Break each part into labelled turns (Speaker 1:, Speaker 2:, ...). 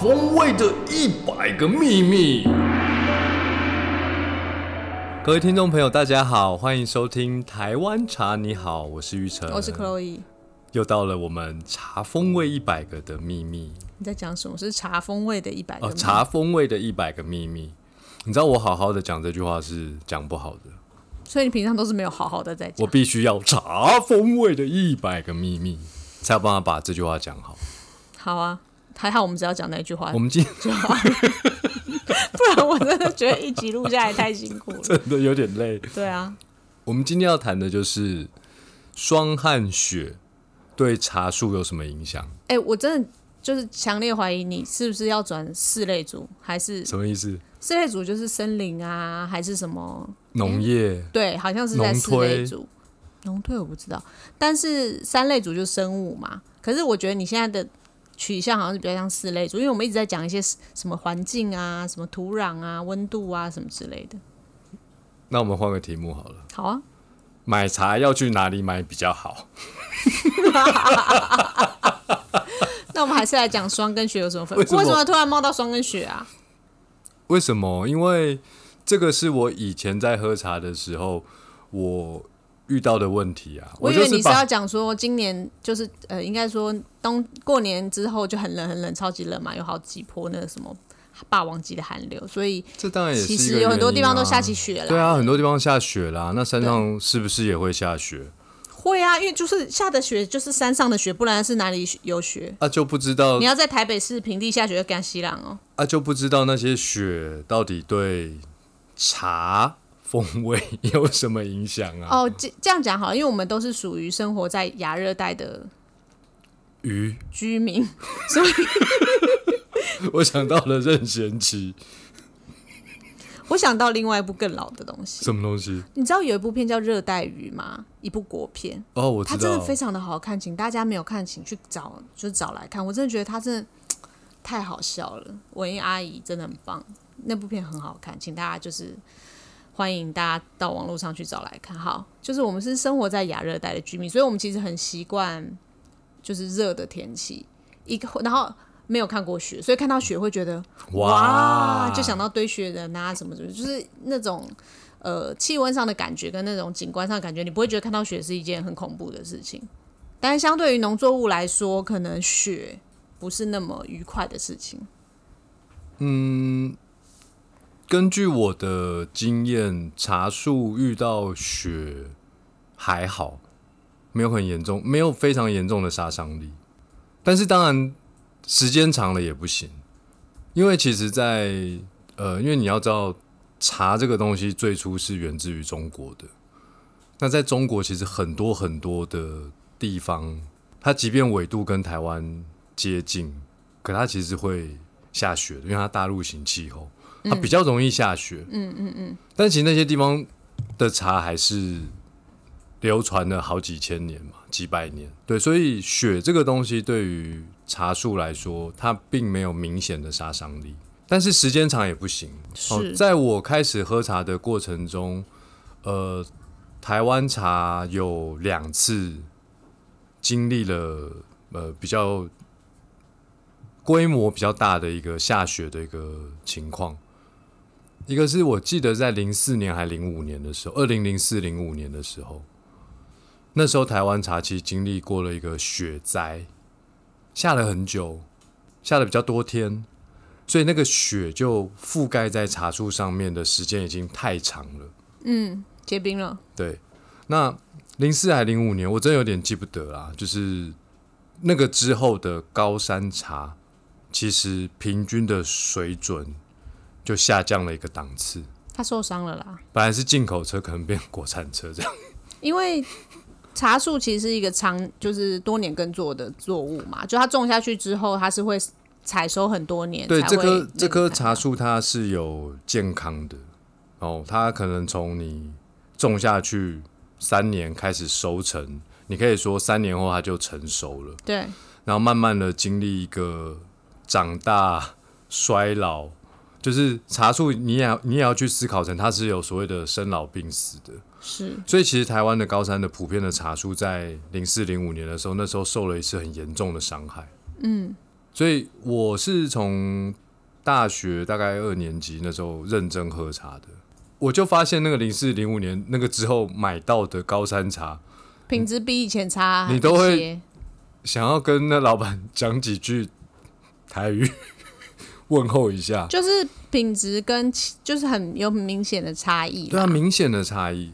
Speaker 1: 风味的一百个秘密。
Speaker 2: 各位听众朋友，大家好，欢迎收听《台湾茶你好》，我是玉成，
Speaker 3: 我哦是 Chloe。
Speaker 2: 又到了我们茶风味一百个的秘密
Speaker 3: 你在讲什么？是茶风味的一百个
Speaker 2: 哦，
Speaker 3: 吗
Speaker 2: 茶风味的一百个秘密。你知道我好好的讲这句话是讲不好的，
Speaker 3: 所以你平常都是没有好好的在
Speaker 2: 我
Speaker 3: 讲。
Speaker 2: 必须要茶风味的一百个秘密，才有办法把这句话讲好。
Speaker 3: 好啊，还好我们只要讲那一句话，
Speaker 2: 我们今天
Speaker 3: 不然我真的觉得一集录下来太辛苦了。
Speaker 2: 真的有点累。
Speaker 3: 对啊，
Speaker 2: 我们今天要谈的就是霜和雪对茶树有什么影响？
Speaker 3: 哎、我真的就是强烈怀疑你是不是要转四类组，还是
Speaker 2: 什么意思？
Speaker 3: 四类组就是森林啊，还是什么？
Speaker 2: 农业、
Speaker 3: 对，好像是在
Speaker 2: 农
Speaker 3: 四类
Speaker 2: 推
Speaker 3: 组。农推我不知道，但是三类组就是生物嘛。可是我觉得你现在的取向好像是比较像四类组，因为我们一直在讲一些什么环境啊、什么土壤啊、温度啊什么之类的。
Speaker 2: 那我们换个题目好了，
Speaker 3: 好啊，
Speaker 2: 买茶要去哪里买比较好？
Speaker 3: 那我们还是来讲霜跟雪有什么分
Speaker 2: 为
Speaker 3: 别？
Speaker 2: 什么
Speaker 3: 为什么突然冒到霜跟雪啊？
Speaker 2: 为什么？因为这个是我以前在喝茶的时候我遇到的问题啊。
Speaker 3: 我以
Speaker 2: 就
Speaker 3: 为你是要
Speaker 2: 把
Speaker 3: 讲说今年就是呃，应该说冬过年之后就很冷很冷，超级冷嘛，有好几波那个什么霸王级的寒流，所以
Speaker 2: 这当然也是
Speaker 3: 其
Speaker 2: 一个
Speaker 3: 实有很多地方都下起
Speaker 2: 原
Speaker 3: 雪
Speaker 2: 因啊
Speaker 3: 了。
Speaker 2: 对啊，很多地方下雪啦。那山上是不是也会下雪？
Speaker 3: 会啊，因为就是下的雪就是山上的雪，不然是哪里有雪？
Speaker 2: 啊，就不知道
Speaker 3: 你要在台北市平地下雪就干西朗哦。
Speaker 2: 啊，就不知道那些雪到底对茶风味有什么影响啊？
Speaker 3: 哦，这这样讲好了，因为我们都是属于生活在亚热带的
Speaker 2: 鱼，
Speaker 3: 居民，
Speaker 2: 我想到了任贤齐，
Speaker 3: 我想到另外一部更老的东西，
Speaker 2: 什么东西？
Speaker 3: 你知道有一部片叫《热带鱼》吗？一部国片，
Speaker 2: 哦，我
Speaker 3: 它
Speaker 2: 知
Speaker 3: 真
Speaker 2: 道
Speaker 3: 的，非常的好看，请大家没有看，请去找就找来看，我真的觉得它真的太好笑了，文艺阿姨真的很棒，那部片很好看，请大家就是欢迎大家到网络上去找来看。好，就是我们是生活在亚热带的居民，所以我们其实很习惯就是热的天气，一个然后。没有看过雪，所以看到雪会觉得哇，就想到堆雪人啊什么什么，就是那种呃气温上的感觉跟那种景观上的感觉，你不会觉得看到雪是一件很恐怖的事情。但是相对于农作物来说，可能雪不是那么愉快的事情。
Speaker 2: 根据我的经验，茶树遇到雪还好，没有很严重，没有非常严重的杀伤力。但是当然，时间长了也不行，因为其实在，呃，因为你要知道，茶这个东西最初是源自于中国的。那在中国，其实很多很多的地方，它即便纬度跟台湾接近，可它其实会下雪的，因为它大陆型气候。它比较容易下雪。嗯嗯嗯。但其实那些地方的茶还是流传了好几千年嘛，几百年。对，所以雪这个东西对于茶树来说，它并没有明显的杀伤力。但是时间长也不行。哦
Speaker 3: 是
Speaker 2: 在我开始喝茶的过程中，呃，台湾茶有两次经历了呃比较规模比较大的一个下雪的一个情况。一个是我记得在零四年还零五年的时候，二零零四零五年的时候，那时候台湾茶期经历过了一个雪灾，下了很久，下了比较多天，所以那个雪就覆盖在茶树上面的时间已经太长了。
Speaker 3: 结冰了，
Speaker 2: 对，那零四还零五年，我真的有点记不得啦。就是那个之后的高山茶，其实平均的水准就下降了一个档次。
Speaker 3: 他受伤了啦。
Speaker 2: 本来是进口车，可能变国产车 这样。
Speaker 3: 因为茶树其实是一个长，就是多年耕作的作物嘛，就它种下去之后，它是会采收很多年
Speaker 2: 对，
Speaker 3: 才会
Speaker 2: 这棵这棵
Speaker 3: 那个
Speaker 2: 茶树它是有健康的哦，它可能从你种下去三年开始收成，你可以说三年后它就成熟了。
Speaker 3: 对
Speaker 2: 然后慢慢的经历一个长大、衰老，就是茶树，你也要你也要去思考成它是有所谓的生老病死的。
Speaker 3: 是
Speaker 2: 所以其实台湾的高山的普遍的茶树，在零四零五年的时候，那时候受了一次很严重的伤害。嗯，所以我是从大学大概二年级那时候认真喝茶的，我就发现那个零四零五年那个之后买到的高山茶，
Speaker 3: 品质比以前差一些，
Speaker 2: 你都会想要跟那老板讲几句台语 问候一下，
Speaker 3: 就是品质跟其就是很有很明显的差异啦。
Speaker 2: 对啊，明显的差异。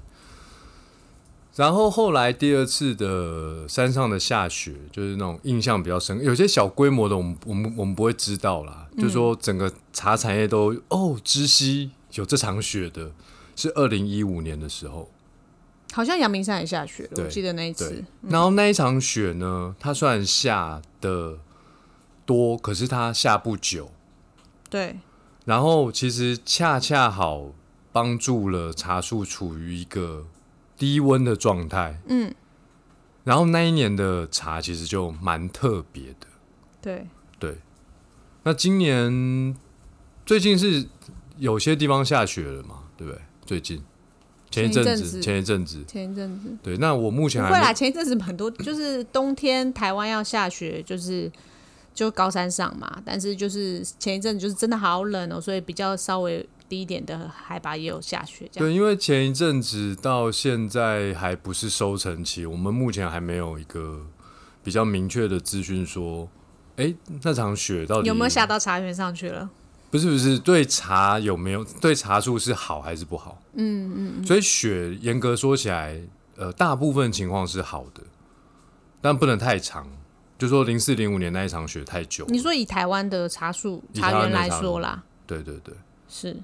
Speaker 2: 然后后来第二次的山上的下雪，就是那种印象比较深。有些小规模的，我们我们我们不会知道啦，就说整个茶产业都哦知悉有这场雪的，是二零一五年的时候。
Speaker 3: 好像阳明山也下雪了，我
Speaker 2: 对
Speaker 3: 记得那一
Speaker 2: 对
Speaker 3: 次，，
Speaker 2: 然后那一场雪呢，它虽然下的多，可是它下不久，
Speaker 3: 对，
Speaker 2: 然后其实恰恰好帮助了茶树处于一个低温的状态。
Speaker 3: 嗯，
Speaker 2: 然后那一年的茶其实就蛮特别的。
Speaker 3: 对，
Speaker 2: 对，那今年最近是有些地方下雪了嘛，对不对？最近前一阵
Speaker 3: 前一阵
Speaker 2: 子，
Speaker 3: 子
Speaker 2: 前一阵子，
Speaker 3: 前一阵子
Speaker 2: 对。那我目前
Speaker 3: 不
Speaker 2: 还
Speaker 3: 会啦，
Speaker 2: 没
Speaker 3: 前一阵子很多就是冬天台湾要下雪，就是就高山上嘛，但是就是前一阵子就是真的好冷哦，所以比较稍微低一点的海拔也有下雪这样。
Speaker 2: 对，因为前一阵子到现在还不是收成期，我们目前还没有一个比较明确的资讯说，哎，那场雪到底
Speaker 3: 有没有下到茶园上去了？
Speaker 2: 不是不是，对茶有没有对茶树是好还是不好？嗯嗯。所以雪严格说起来，呃，大部分情况是好的，但不能太长。就说零四零五年那一场雪太久了，
Speaker 3: 你说以台湾的茶树
Speaker 2: 以台
Speaker 3: 茶
Speaker 2: 湾的
Speaker 3: 园来
Speaker 2: 茶
Speaker 3: 说啦，
Speaker 2: 对对对。
Speaker 3: 是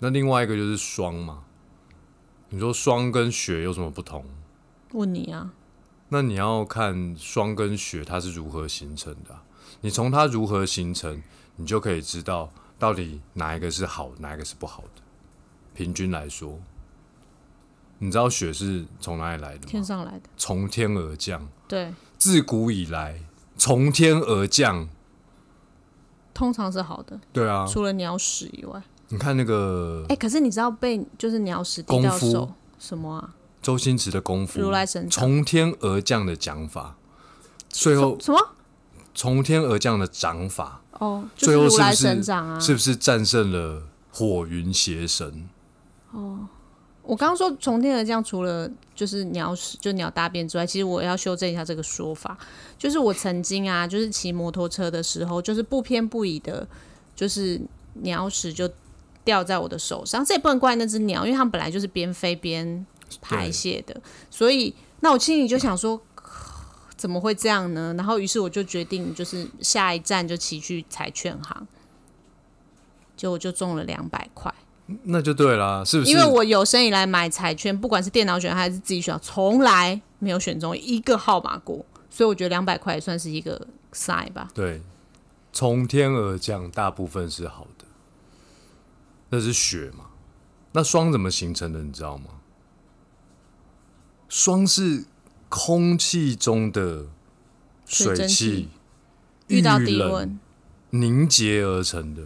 Speaker 2: 那另外一个就是霜嘛，你说霜跟雪有什么不同？
Speaker 3: 问你啊，
Speaker 2: 那你要看霜跟雪它是如何形成的啊、你从它如何形成，你就可以知道到底哪一个是好，哪一个是不好的。平均来说，你知道雪是从哪里来的
Speaker 3: 天
Speaker 2: 吗？
Speaker 3: 上来的，
Speaker 2: 从天而降，
Speaker 3: 对，
Speaker 2: 自古以来从天而降。
Speaker 3: 通常是好的，
Speaker 2: 对啊，
Speaker 3: 除了鸟屎以外。
Speaker 2: 你看那个
Speaker 3: 哎、可是你知道被就是鸟屎滴
Speaker 2: 功
Speaker 3: 到
Speaker 2: 夫
Speaker 3: 手什么啊？
Speaker 2: 周星驰的功夫
Speaker 3: 如来神掌
Speaker 2: 从天而降的讲法，最后
Speaker 3: 什么？
Speaker 2: 从天而降的掌法，
Speaker 3: 哦，就
Speaker 2: 最
Speaker 3: 是
Speaker 2: 后
Speaker 3: 如
Speaker 2: 是不
Speaker 3: 来
Speaker 2: 是
Speaker 3: 神掌啊！
Speaker 2: 是不是战胜了火云邪神？
Speaker 3: 我刚刚说从天而降，除了就是鸟屎就鸟大便之外，其实我要修正一下这个说法，就是我曾经啊，就是骑摩托车的时候，就是不偏不倚的，就是鸟屎就掉在我的手上，这也不能怪那只鸟，因为它们本来就是边飞边排泄的，所以那我心里就想说。怎么会这样呢？然后，于是我就决定，就是下一站就骑去彩券行，结果我就中了两百块。
Speaker 2: 那就对啦，是不是？
Speaker 3: 因为我有生以来买彩券，不管是电脑选还是自己选，从来没有选中一个号码过，所以我觉得两百块也算是一个 sign 吧。
Speaker 2: 对从天而降，大部分是好的，那是雪嘛？那霜怎么形成的？你知道吗？霜是空气中的
Speaker 3: 水
Speaker 2: 水
Speaker 3: 蒸
Speaker 2: 汽
Speaker 3: 气遇到
Speaker 2: 遇
Speaker 3: 低
Speaker 2: 冷
Speaker 3: 温，
Speaker 2: 凝结而成的。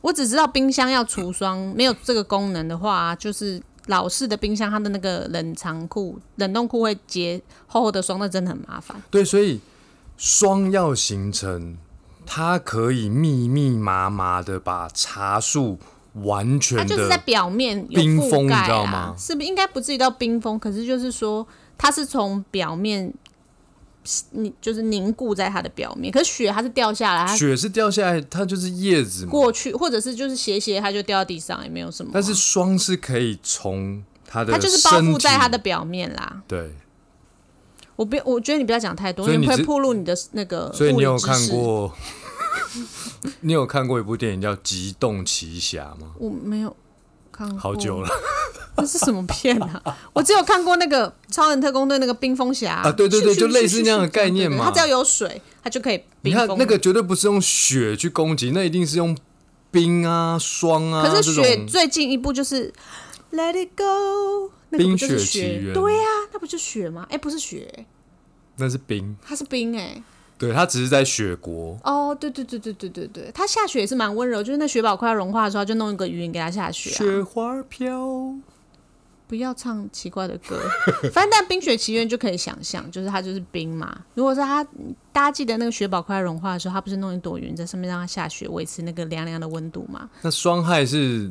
Speaker 3: 我只知道冰箱要除霜，没有这个功能的话、啊就是老式的冰箱，它的那个冷藏库、冷冻库会结厚厚的霜，那真的很麻烦。
Speaker 2: 对，所以霜要形成，它可以密密麻麻的把茶树完全
Speaker 3: 它
Speaker 2: 的
Speaker 3: 就是在表面有
Speaker 2: 冰封
Speaker 3: 覆盖
Speaker 2: 你知道
Speaker 3: 啊
Speaker 2: 吗，
Speaker 3: 是不是应该不至于到冰封？可是就是说，它是从表面，你就是凝固在它的表面。可是雪它是掉下来，它
Speaker 2: 雪是掉下来，它就是叶子嘛。
Speaker 3: 过去或者是就是斜斜它就掉到地上，也没有什么啊、
Speaker 2: 但是霜是可以从它的
Speaker 3: 它就是包覆在
Speaker 2: 身体
Speaker 3: 它的表面啦。
Speaker 2: 对，
Speaker 3: 我不，我觉得你不要讲太多，
Speaker 2: 所以
Speaker 3: 因
Speaker 2: 你
Speaker 3: 为会
Speaker 2: 知
Speaker 3: 暴露你的那个
Speaker 2: 所以
Speaker 3: 物
Speaker 2: 你
Speaker 3: 理
Speaker 2: 有
Speaker 3: 知
Speaker 2: 看
Speaker 3: 识？
Speaker 2: 过， 你有看过一部电影叫《极冻奇侠》吗？
Speaker 3: 我没有看过，
Speaker 2: 好久
Speaker 3: 了，
Speaker 2: 了
Speaker 3: 这是什么片啊？ 我只有看过那个《超人特工队》那个冰封侠
Speaker 2: 啊对对对
Speaker 3: 咻咻
Speaker 2: 就类
Speaker 3: 咻
Speaker 2: 似
Speaker 3: 咻
Speaker 2: 那样的
Speaker 3: 咻
Speaker 2: 概
Speaker 3: 对对
Speaker 2: 念
Speaker 3: 对
Speaker 2: 嘛
Speaker 3: 它只要有水，它就可以
Speaker 2: 你
Speaker 3: 冰
Speaker 2: 看
Speaker 3: 封。
Speaker 2: 那个绝对不是用雪去攻击，那一定是用冰啊、霜啊
Speaker 3: 可是
Speaker 2: 这
Speaker 3: 雪
Speaker 2: 种。
Speaker 3: 最近一部就是《Let It Go》，那个不
Speaker 2: 冰
Speaker 3: 就是
Speaker 2: 雪奇
Speaker 3: 雪？
Speaker 2: 缘
Speaker 3: 对呀、那不就雪吗？哎、不是雪，
Speaker 2: 那是冰，
Speaker 3: 它是冰哎、
Speaker 2: 对，它只是在雪国。
Speaker 3: 哦，对对对对对对对，它下雪也是蛮啊温柔，就是那雪宝快要融化的时候，它就弄一个云给它下雪、啊。
Speaker 2: 花飘，
Speaker 3: 不不要唱奇怪的歌。反正但《冰雪奇缘》就可以想象，就是它就是冰嘛。如果是它，大家记得那个雪宝快要融化的时候，它不是弄一朵云在上面让它下雪，维持那个凉凉的温度嘛？
Speaker 2: 那霜害是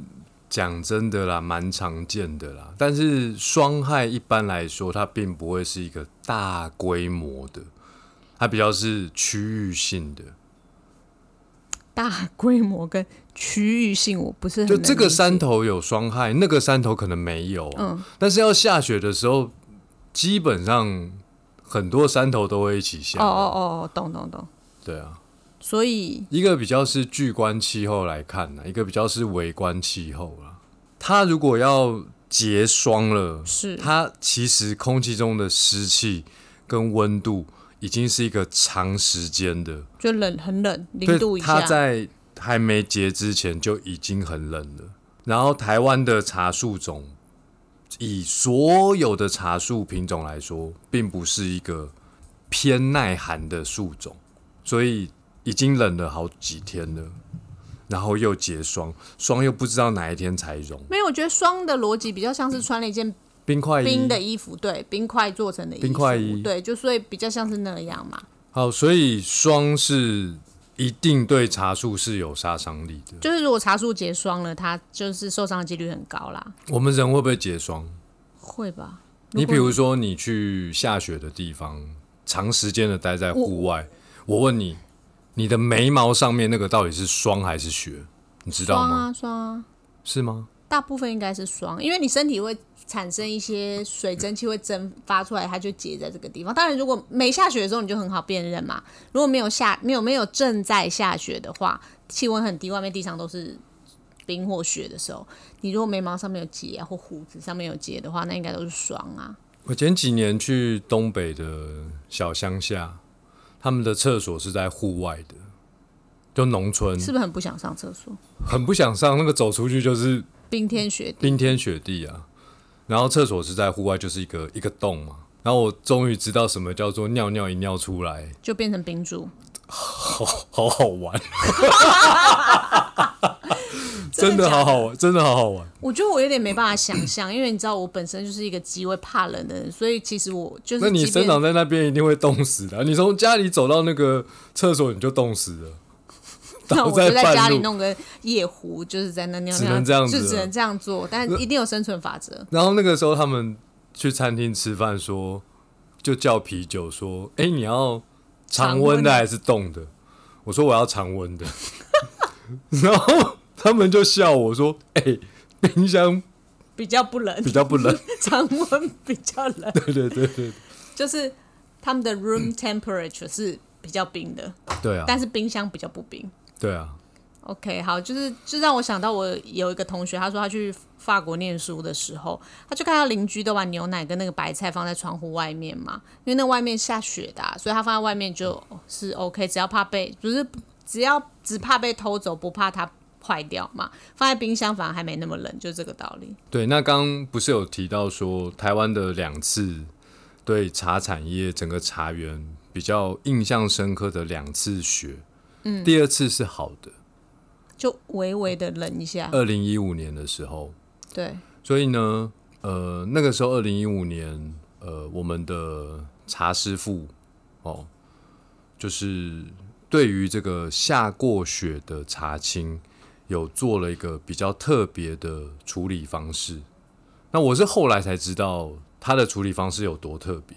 Speaker 2: 讲真的啦，蛮常见的啦。但是霜害一般来说，它并不会是一个大规模的，它比较是区域性的。
Speaker 3: 大规模跟区域性，我不是很
Speaker 2: 就
Speaker 3: 能
Speaker 2: 这个
Speaker 3: 理解
Speaker 2: 山头有霜害，那个山头可能没有、嗯，但是要下雪的时候，基本上很多山头都会一起下。
Speaker 3: 哦哦哦哦，懂懂懂。
Speaker 2: 对啊，
Speaker 3: 所以
Speaker 2: 一个比较是巨观气候来看啊呢，一个比较是微观气候啦。它如果要结霜了，
Speaker 3: 是
Speaker 2: 它其实空气中的湿气跟温度已经是一个长时间的，
Speaker 3: 就冷很冷，零
Speaker 2: 对
Speaker 3: 度以，下
Speaker 2: 它。在还没结之前就已经很冷了。然后台湾的茶树种，以所有的茶树品种来说，并不是一个偏耐寒的树种，所以已经冷了好几天了。然后又结霜，霜又不知道哪一天才融，
Speaker 3: 没有，我觉得霜的逻辑比较像是穿了一件
Speaker 2: 冰块衣
Speaker 3: 冰的衣服，对，冰块做成的衣服，
Speaker 2: 冰块衣
Speaker 3: 对，就所以比较像是那样嘛。
Speaker 2: 好，所以霜是一定对茶树是有杀伤力的。
Speaker 3: 就是如果茶树结霜了，它就是受伤的几率很高啦，
Speaker 2: 我们人会不会结霜？
Speaker 3: 会吧？
Speaker 2: 你比如说，你去下雪的地方，长时间的待在户外，我问你，你的眉毛上面那个到底是霜还是雪？你知道
Speaker 3: 霜
Speaker 2: 吗？
Speaker 3: 啊霜啊，
Speaker 2: 是吗？
Speaker 3: 大部分应该是霜，因为你身体会产生一些水蒸气会蒸发出来，它就结在这个地方。当然，如果没下雪的时候，你就很好辨认嘛。如果没有下没有没有正在下雪的话，气温很低，外面地上都是冰或雪的时候，你如果眉毛上面有结啊，或胡子上面有结的话，那应该都是霜啊。
Speaker 2: 我前几年去东北的小乡下，他们的厕所是在户外的，就农村，
Speaker 3: 是不是很不想上厕所？
Speaker 2: 很不想上那个走出去就是
Speaker 3: 冰天雪地，
Speaker 2: 冰天雪地啊，然后厕所是在户外，就是一个一个洞嘛。然后我终于知道什么叫做尿尿一尿出来，
Speaker 3: 就变成冰柱，
Speaker 2: 好好好 玩，真
Speaker 3: 假
Speaker 2: 的好好玩，真的好好玩。
Speaker 3: 我觉得我有点没办法想象，因为你知道我本身就是一个极为怕冷的人，所以其实我就是
Speaker 2: 那你
Speaker 3: 即
Speaker 2: 生
Speaker 3: 便
Speaker 2: 长在那边一定会冻死的啊、你从家里走到那个厕所你就冻死了，
Speaker 3: 那
Speaker 2: 倒
Speaker 3: 我就在
Speaker 2: 半
Speaker 3: 家里
Speaker 2: 路
Speaker 3: 弄个夜壶，就是在那尿
Speaker 2: 只
Speaker 3: 尿，
Speaker 2: 能这样子
Speaker 3: 就只
Speaker 2: 了
Speaker 3: 能这样做，但一定有生存法则。
Speaker 2: 然后那个时候他们去餐厅吃饭说，就叫啤酒说，哎、你要常温
Speaker 3: 常温
Speaker 2: 的
Speaker 3: 的
Speaker 2: 还是冻的？我说我要常温的， 然后他们就笑我说，哎、冰箱
Speaker 3: 比较不冷，
Speaker 2: 比较不冷，
Speaker 3: 常温比较冷，
Speaker 2: 对对对对
Speaker 3: 就是他们的 room temperature 是比较冰的，
Speaker 2: 对啊，
Speaker 3: 但是冰箱比较不冰。
Speaker 2: 对啊，
Speaker 3: OK，好，就是就让我想到我有一个同学，他说他去法国念书的时候，他就看到邻居都把牛奶跟那个白菜放在窗户外面嘛，因为那外面下雪的啊、所以他放在外面就是 OK，只要怕被，就是只要只怕被偷走，不怕它坏掉嘛，放在冰箱反而还没那么冷，就这个道理。
Speaker 2: 对。那刚刚不是有提到说台湾的两次对茶产业整个茶园比较印象深刻的两次雪，嗯，第二次是好的，
Speaker 3: 就微微的冷一下，
Speaker 2: 二零一五年的时候。
Speaker 3: 对，
Speaker 2: 所以呢，呃，那个时候二零一五年，呃，我们的茶师傅哦，就是对于这个下过雪的茶青，有做了一个比较特别的处理方式。那我是后来才知道他的处理方式有多特别，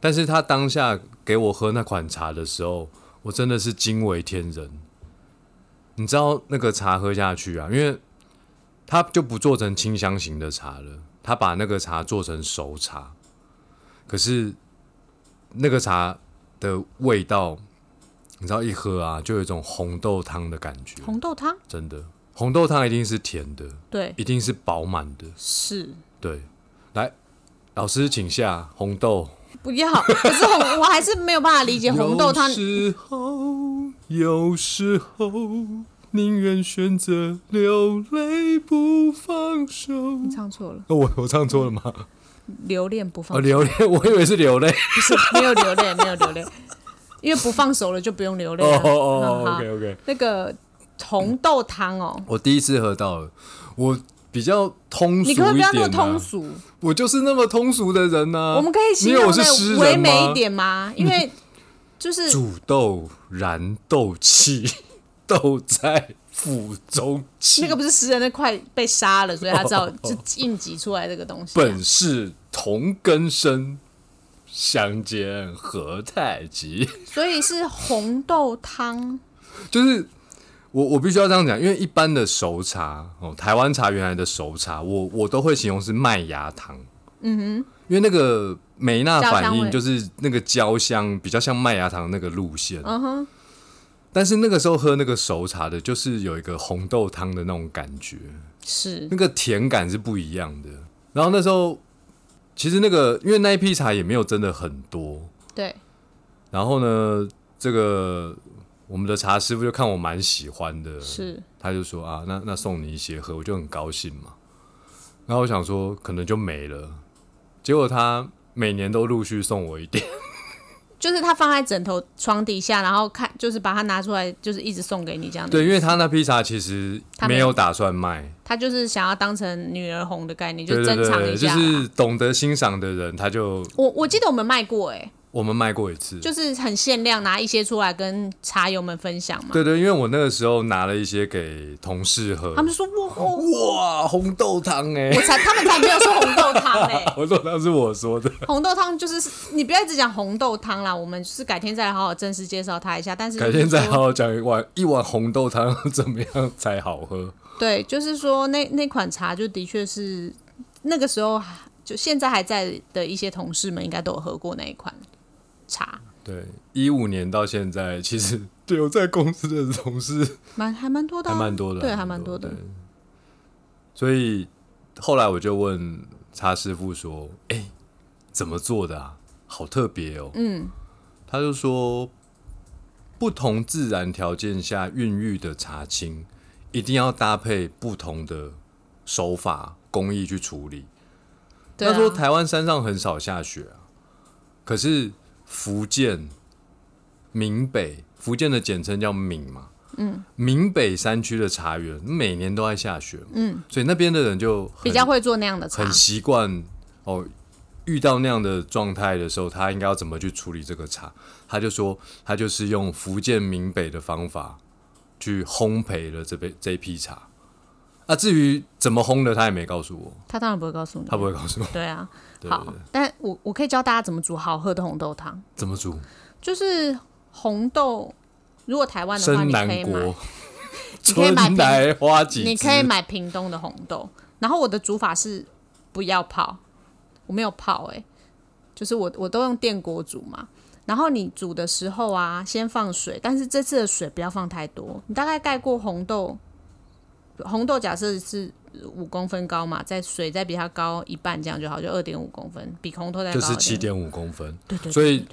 Speaker 2: 但是他当下给我喝那款茶的时候，我真的是惊为天人。你知道那个茶喝下去啊，因为他就不做成清香型的茶了，他把那个茶做成熟茶。可是那个茶的味道，你知道一喝啊，就有一种红豆汤的感觉，
Speaker 3: 红豆汤，
Speaker 2: 真的。红豆汤一定是甜的，
Speaker 3: 对，
Speaker 2: 一定是饱满的。
Speaker 3: 是
Speaker 2: 对，来，老师请下红豆。
Speaker 3: 不要，可是红，我还是没有办法理解哎红豆汤
Speaker 2: 有，时候，有时候，宁愿选择流泪不放手。
Speaker 3: 你唱错了，
Speaker 2: 哦、我我唱错了吗？
Speaker 3: 留恋不放
Speaker 2: 哦，流泪，我以为是流泪。
Speaker 3: 不是没有流泪，没有流泪，因为不放手了就不用流泪
Speaker 2: 哦
Speaker 3: 了。
Speaker 2: 哦哦嗯
Speaker 3: 嗯好
Speaker 2: ，OK OK。
Speaker 3: 那个红豆汤哦，
Speaker 2: 我第一次喝到了，我比较通俗
Speaker 3: 你
Speaker 2: 一点、
Speaker 3: 可不
Speaker 2: 啊。
Speaker 3: 可以不要那么通俗？
Speaker 2: 我就是那么通俗的人呢、
Speaker 3: 我们可以
Speaker 2: 你
Speaker 3: 形
Speaker 2: 以为
Speaker 3: 容
Speaker 2: 我是诗
Speaker 3: 的
Speaker 2: 人
Speaker 3: 唯
Speaker 2: 吗
Speaker 3: 美一点吗？因为就是
Speaker 2: 煮豆燃豆萁， 豆在釜中泣。
Speaker 3: 那个不是诗人，那快被杀了，所以他知道
Speaker 2: 哦
Speaker 3: 就应急出来这个东西、啊。
Speaker 2: 本是同根生，相煎何太急。
Speaker 3: 所以是红豆汤，
Speaker 2: 就是我我必须要这样讲，因为一般的熟茶哦，台湾茶原来的熟茶，我我都会形容是麦芽糖。嗯哼，因为那个梅纳
Speaker 3: 焦
Speaker 2: 反
Speaker 3: 香味
Speaker 2: 应就是那个焦香，比较像麦芽糖那个路线。
Speaker 3: 嗯哼，
Speaker 2: 但是那个时候喝那个熟茶的，就是有一个红豆汤的那种感觉，
Speaker 3: 是
Speaker 2: 那个甜感是不一样的。然后那时候其实那个因为那一批茶也没有真的很多，
Speaker 3: 对，
Speaker 2: 然后呢，这个我们的茶师傅就看我蛮喜欢的，
Speaker 3: 是
Speaker 2: 他就说啊，那那送你一些喝，我就很高兴嘛。然后我想说可能就没了，结果他每年都陆续送我一点，
Speaker 3: 就是他放在枕头床底下，然后看，就是把它拿出来，就是一直送给你这样子。
Speaker 2: 对，因为他那批茶其实
Speaker 3: 他没
Speaker 2: 没
Speaker 3: 有
Speaker 2: 有打算卖，
Speaker 3: 他就是想要当成女儿红的概念，就
Speaker 2: 对对
Speaker 3: 珍藏
Speaker 2: 对，
Speaker 3: 一
Speaker 2: 就
Speaker 3: 下啦。
Speaker 2: 是懂得欣赏的人，他就
Speaker 3: 我我记得我们卖过、欸，哎，
Speaker 2: 我们卖过一次，
Speaker 3: 就是很限量，拿一些出来跟茶友们分享嘛。
Speaker 2: 对对，因为我那个时候拿了一些给同事喝
Speaker 3: 他，们说哇，哦
Speaker 2: 哇，红豆汤哎、
Speaker 3: 我才他们才没有说红豆汤嘞、
Speaker 2: 红豆汤是 我说的。
Speaker 3: 红豆汤就是你不要一直讲红豆汤啦，我们就是改天再好好正式介绍它一下。但是
Speaker 2: 改天再好好讲一碗一碗红豆汤要怎么样才好喝。
Speaker 3: 对，就是说那那款茶就的确是那个时候就现在还在的一些同事们应该都有喝过那一款茶，
Speaker 2: 对，一五年到现在，其实留在公司的同事
Speaker 3: 蛮还蛮 多的啊、
Speaker 2: 还蛮多的，
Speaker 3: 对，还蛮多的
Speaker 2: 对。所以后来我就问茶师傅说：“哎、怎么做的啊？好特别哦。”嗯，他就说，不同自然条件下孕育的茶青，一定要搭配不同的手法工艺去处理。
Speaker 3: 对啊
Speaker 2: 他说台湾山上很少下雪啊，可是福建闽北，福建的简称叫闽嘛，嗯，闽北山区的茶园每年都在下雪，嗯，所以那边的人就很
Speaker 3: 比较会做那样的茶
Speaker 2: 很，习惯哦。遇到那样的状态的时候，他应该要怎么去处理这个茶？他就说，他就是用福建闽北的方法去烘焙了这杯这一批茶。啊，至于怎么烘的，他也没告诉我，
Speaker 3: 他当然不会告诉你，
Speaker 2: 他不会告诉我
Speaker 3: 对啊。
Speaker 2: 对
Speaker 3: 好，但我我可以教大家怎么煮好喝的红豆汤，
Speaker 2: 怎么煮。
Speaker 3: 就是红豆，如果台湾的话，
Speaker 2: 深
Speaker 3: 你
Speaker 2: 南
Speaker 3: 可以买
Speaker 2: 国，
Speaker 3: 你可
Speaker 2: 春
Speaker 3: 以买
Speaker 2: 来花几枝
Speaker 3: 你可以买屏东的红豆，然后我的煮法是不要泡，我没有泡哎、就是我我都用电锅煮嘛。然后你煮的时候啊，先放水，但是这次的水不要放太多，你大概盖过红豆，红豆假设是五公分高嘛，在水再比它高一半这样就好，就二点五公分，比红豆再高
Speaker 2: 就是
Speaker 3: 2.5
Speaker 2: 七点五公分，
Speaker 3: 对对对
Speaker 2: 所以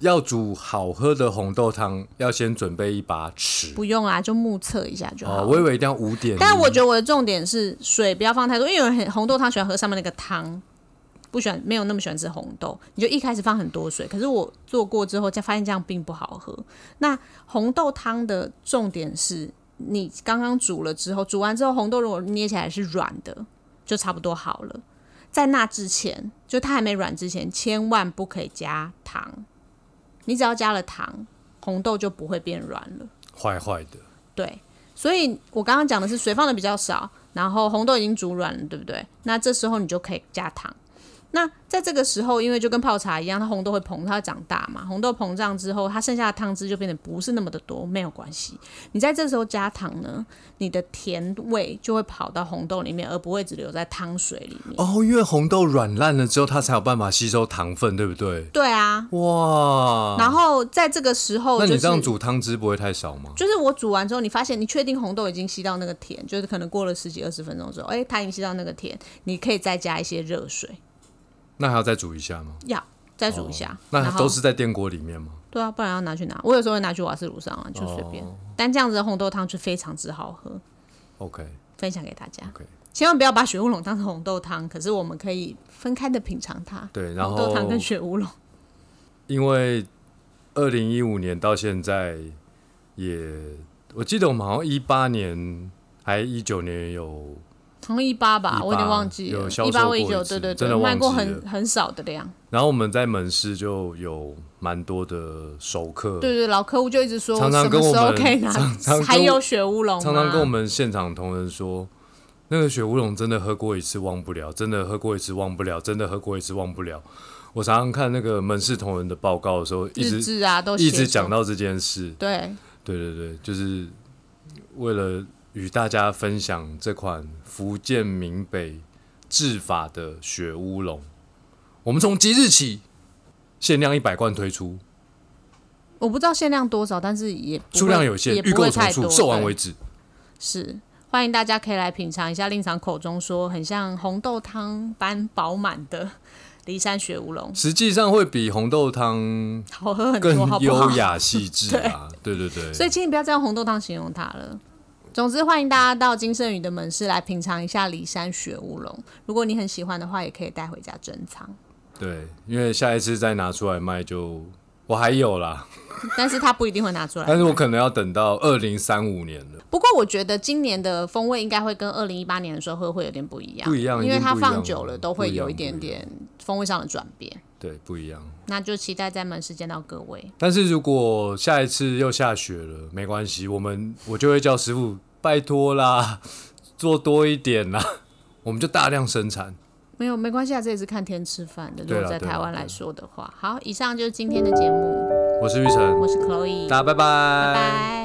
Speaker 2: 要煮好喝的红豆汤，要先准备一把尺
Speaker 3: 不用啦，啊就目测一下就好
Speaker 2: 哦，
Speaker 3: 了。
Speaker 2: 我以为一定要五点，
Speaker 3: 但我觉得我的重点是水不要放太多，因为有人很红豆汤喜欢喝上面那个汤，不喜欢没有那么喜欢吃红豆，你就一开始放很多水。可是我做过之后，才发现这样并不好喝。那红豆汤的重点是你刚刚煮了之后，煮完之后红豆如果捏起来是软的，就差不多好了。在那之前，就它还没软之前，千万不可以加糖。你只要加了糖，红豆就不会变软了。
Speaker 2: 坏坏的，
Speaker 3: 对，所以我刚刚讲的是水放的比较少，然后红豆已经煮软了，对不对？那这时候你就可以加糖。那在这个时候，因为就跟泡茶一样，它红豆会膨，它会长大嘛。红豆膨胀之后，它剩下的汤汁就变得不是那么的多，没有关系。你在这时候加糖呢，你的甜味就会跑到红豆里面，而不会只留在汤水里面。
Speaker 2: 哦，因为红豆软烂了之后，它才有办法吸收糖分，对不对？
Speaker 3: 对啊，
Speaker 2: 哇，
Speaker 3: 然后在这个时候、就
Speaker 2: 那
Speaker 3: 是，
Speaker 2: 你这样煮汤汁不会太少吗？
Speaker 3: 就是我煮完之后，你发现你确定红豆已经吸到那个甜，就是可能过了十几二十分钟之后，哎、它已经吸到那个甜，你可以再加一些热水，
Speaker 2: 那还要再煮一下吗？哦
Speaker 3: 要再煮一下。然
Speaker 2: 那
Speaker 3: 后
Speaker 2: 都是在电锅里面吗？
Speaker 3: 对啊，不然要拿去哪？我有时候会拿去瓦斯炉上啊，就随便。
Speaker 2: 哦
Speaker 3: 但这样子的红豆汤就非常之好喝，
Speaker 2: OK
Speaker 3: 分享给大家。
Speaker 2: OK，
Speaker 3: 千万不要把雪乌龙当成红豆汤，可是我们可以分开的品尝它。
Speaker 2: 对然后
Speaker 3: 红豆汤跟雪乌龙，
Speaker 2: 因为二零一五年到现在也，我记得我们好像一八年还一九年有
Speaker 3: 好像一八吧，
Speaker 2: 18
Speaker 3: 我有点忘记
Speaker 2: 有
Speaker 3: 了，
Speaker 2: 销售
Speaker 3: 一八
Speaker 2: 过
Speaker 3: 或
Speaker 2: 一
Speaker 4: 次
Speaker 3: 九，对对
Speaker 2: 真
Speaker 3: 对
Speaker 2: 的，忘
Speaker 3: 卖过
Speaker 2: 记
Speaker 3: 很
Speaker 2: 了
Speaker 3: 很少的量。
Speaker 2: 然后我们在门市就有蛮多的熟客，
Speaker 3: 对对，老客户就一直说
Speaker 2: 常常
Speaker 3: 什
Speaker 2: 跟
Speaker 3: 么
Speaker 2: 我
Speaker 3: 时候
Speaker 2: 们
Speaker 3: 可以拿
Speaker 2: 常常，跟
Speaker 3: 还
Speaker 2: 我
Speaker 3: 有雪乌龙吗，
Speaker 2: 常常跟我们现场同仁说，那个雪乌龙真的喝过一次忘不了，真的喝过一次忘不了，真的喝过一次忘不了。我常常看那个门市同仁的报告的时候，一
Speaker 3: 日
Speaker 2: 直
Speaker 3: 志啊都
Speaker 2: 一
Speaker 3: 写
Speaker 2: 直
Speaker 3: 着
Speaker 2: 讲到这件事。
Speaker 3: 对，
Speaker 2: 对对对，就是为了与大家分享这款福建闽北制法的雪乌龙，我们从即日起限量一百罐推出，
Speaker 3: 我不知道限量多少，但是也不
Speaker 2: 数
Speaker 3: 会
Speaker 2: 量有限，
Speaker 3: 也
Speaker 2: 预
Speaker 3: 不
Speaker 2: 购
Speaker 3: 会
Speaker 2: 从
Speaker 3: 太
Speaker 2: 速，
Speaker 3: 多，
Speaker 2: 售完
Speaker 3: 对
Speaker 2: 为止。
Speaker 3: 是，欢迎大家可以来品尝一下令长口中说很像红豆汤般饱满的骊山雪乌龙，
Speaker 2: 实际上会比红豆汤
Speaker 3: 好喝很
Speaker 2: 更
Speaker 3: 嗯多，好不好
Speaker 2: 优？雅 细致啊！对对对，
Speaker 3: 所以请你不要再用红豆汤形容它了。总之，欢迎大家到金圣宇的门市来品尝一下骊山雪乌龙。如果你很喜欢的话，也可以带回家珍藏。
Speaker 2: 对，因为下一次再拿出来卖就我还有啦，
Speaker 3: 但是它不一定会拿出来
Speaker 2: 但。是我可能要等到二零三五年了。
Speaker 3: 不过我觉得今年的风味应该会跟二零一八年的时候会会有点不一样，
Speaker 2: 不一样
Speaker 3: 因为
Speaker 2: 一定
Speaker 3: 它
Speaker 2: 不一样
Speaker 3: 放久了都
Speaker 2: 不
Speaker 3: 会
Speaker 2: 一样
Speaker 3: 有一点
Speaker 2: 不一样
Speaker 3: 点风味上的转变。
Speaker 2: 对，不一样。
Speaker 3: 那就期待在门市见到各位。
Speaker 2: 但是如果下一次又下雪了，没关系，我们我就会叫师傅拜托啦， 做多一点啦，我们就大量生产。
Speaker 3: 没有，没关系啊，这也是看天吃饭的。如
Speaker 2: 对
Speaker 3: 果
Speaker 2: 啦
Speaker 3: 在
Speaker 2: 对啦啊
Speaker 3: 台湾
Speaker 2: 对
Speaker 3: 来说的话，好，以上就是今天的节目，
Speaker 2: 我是玉成，
Speaker 3: 我是 Chloe，
Speaker 2: 大家拜拜
Speaker 3: 拜拜。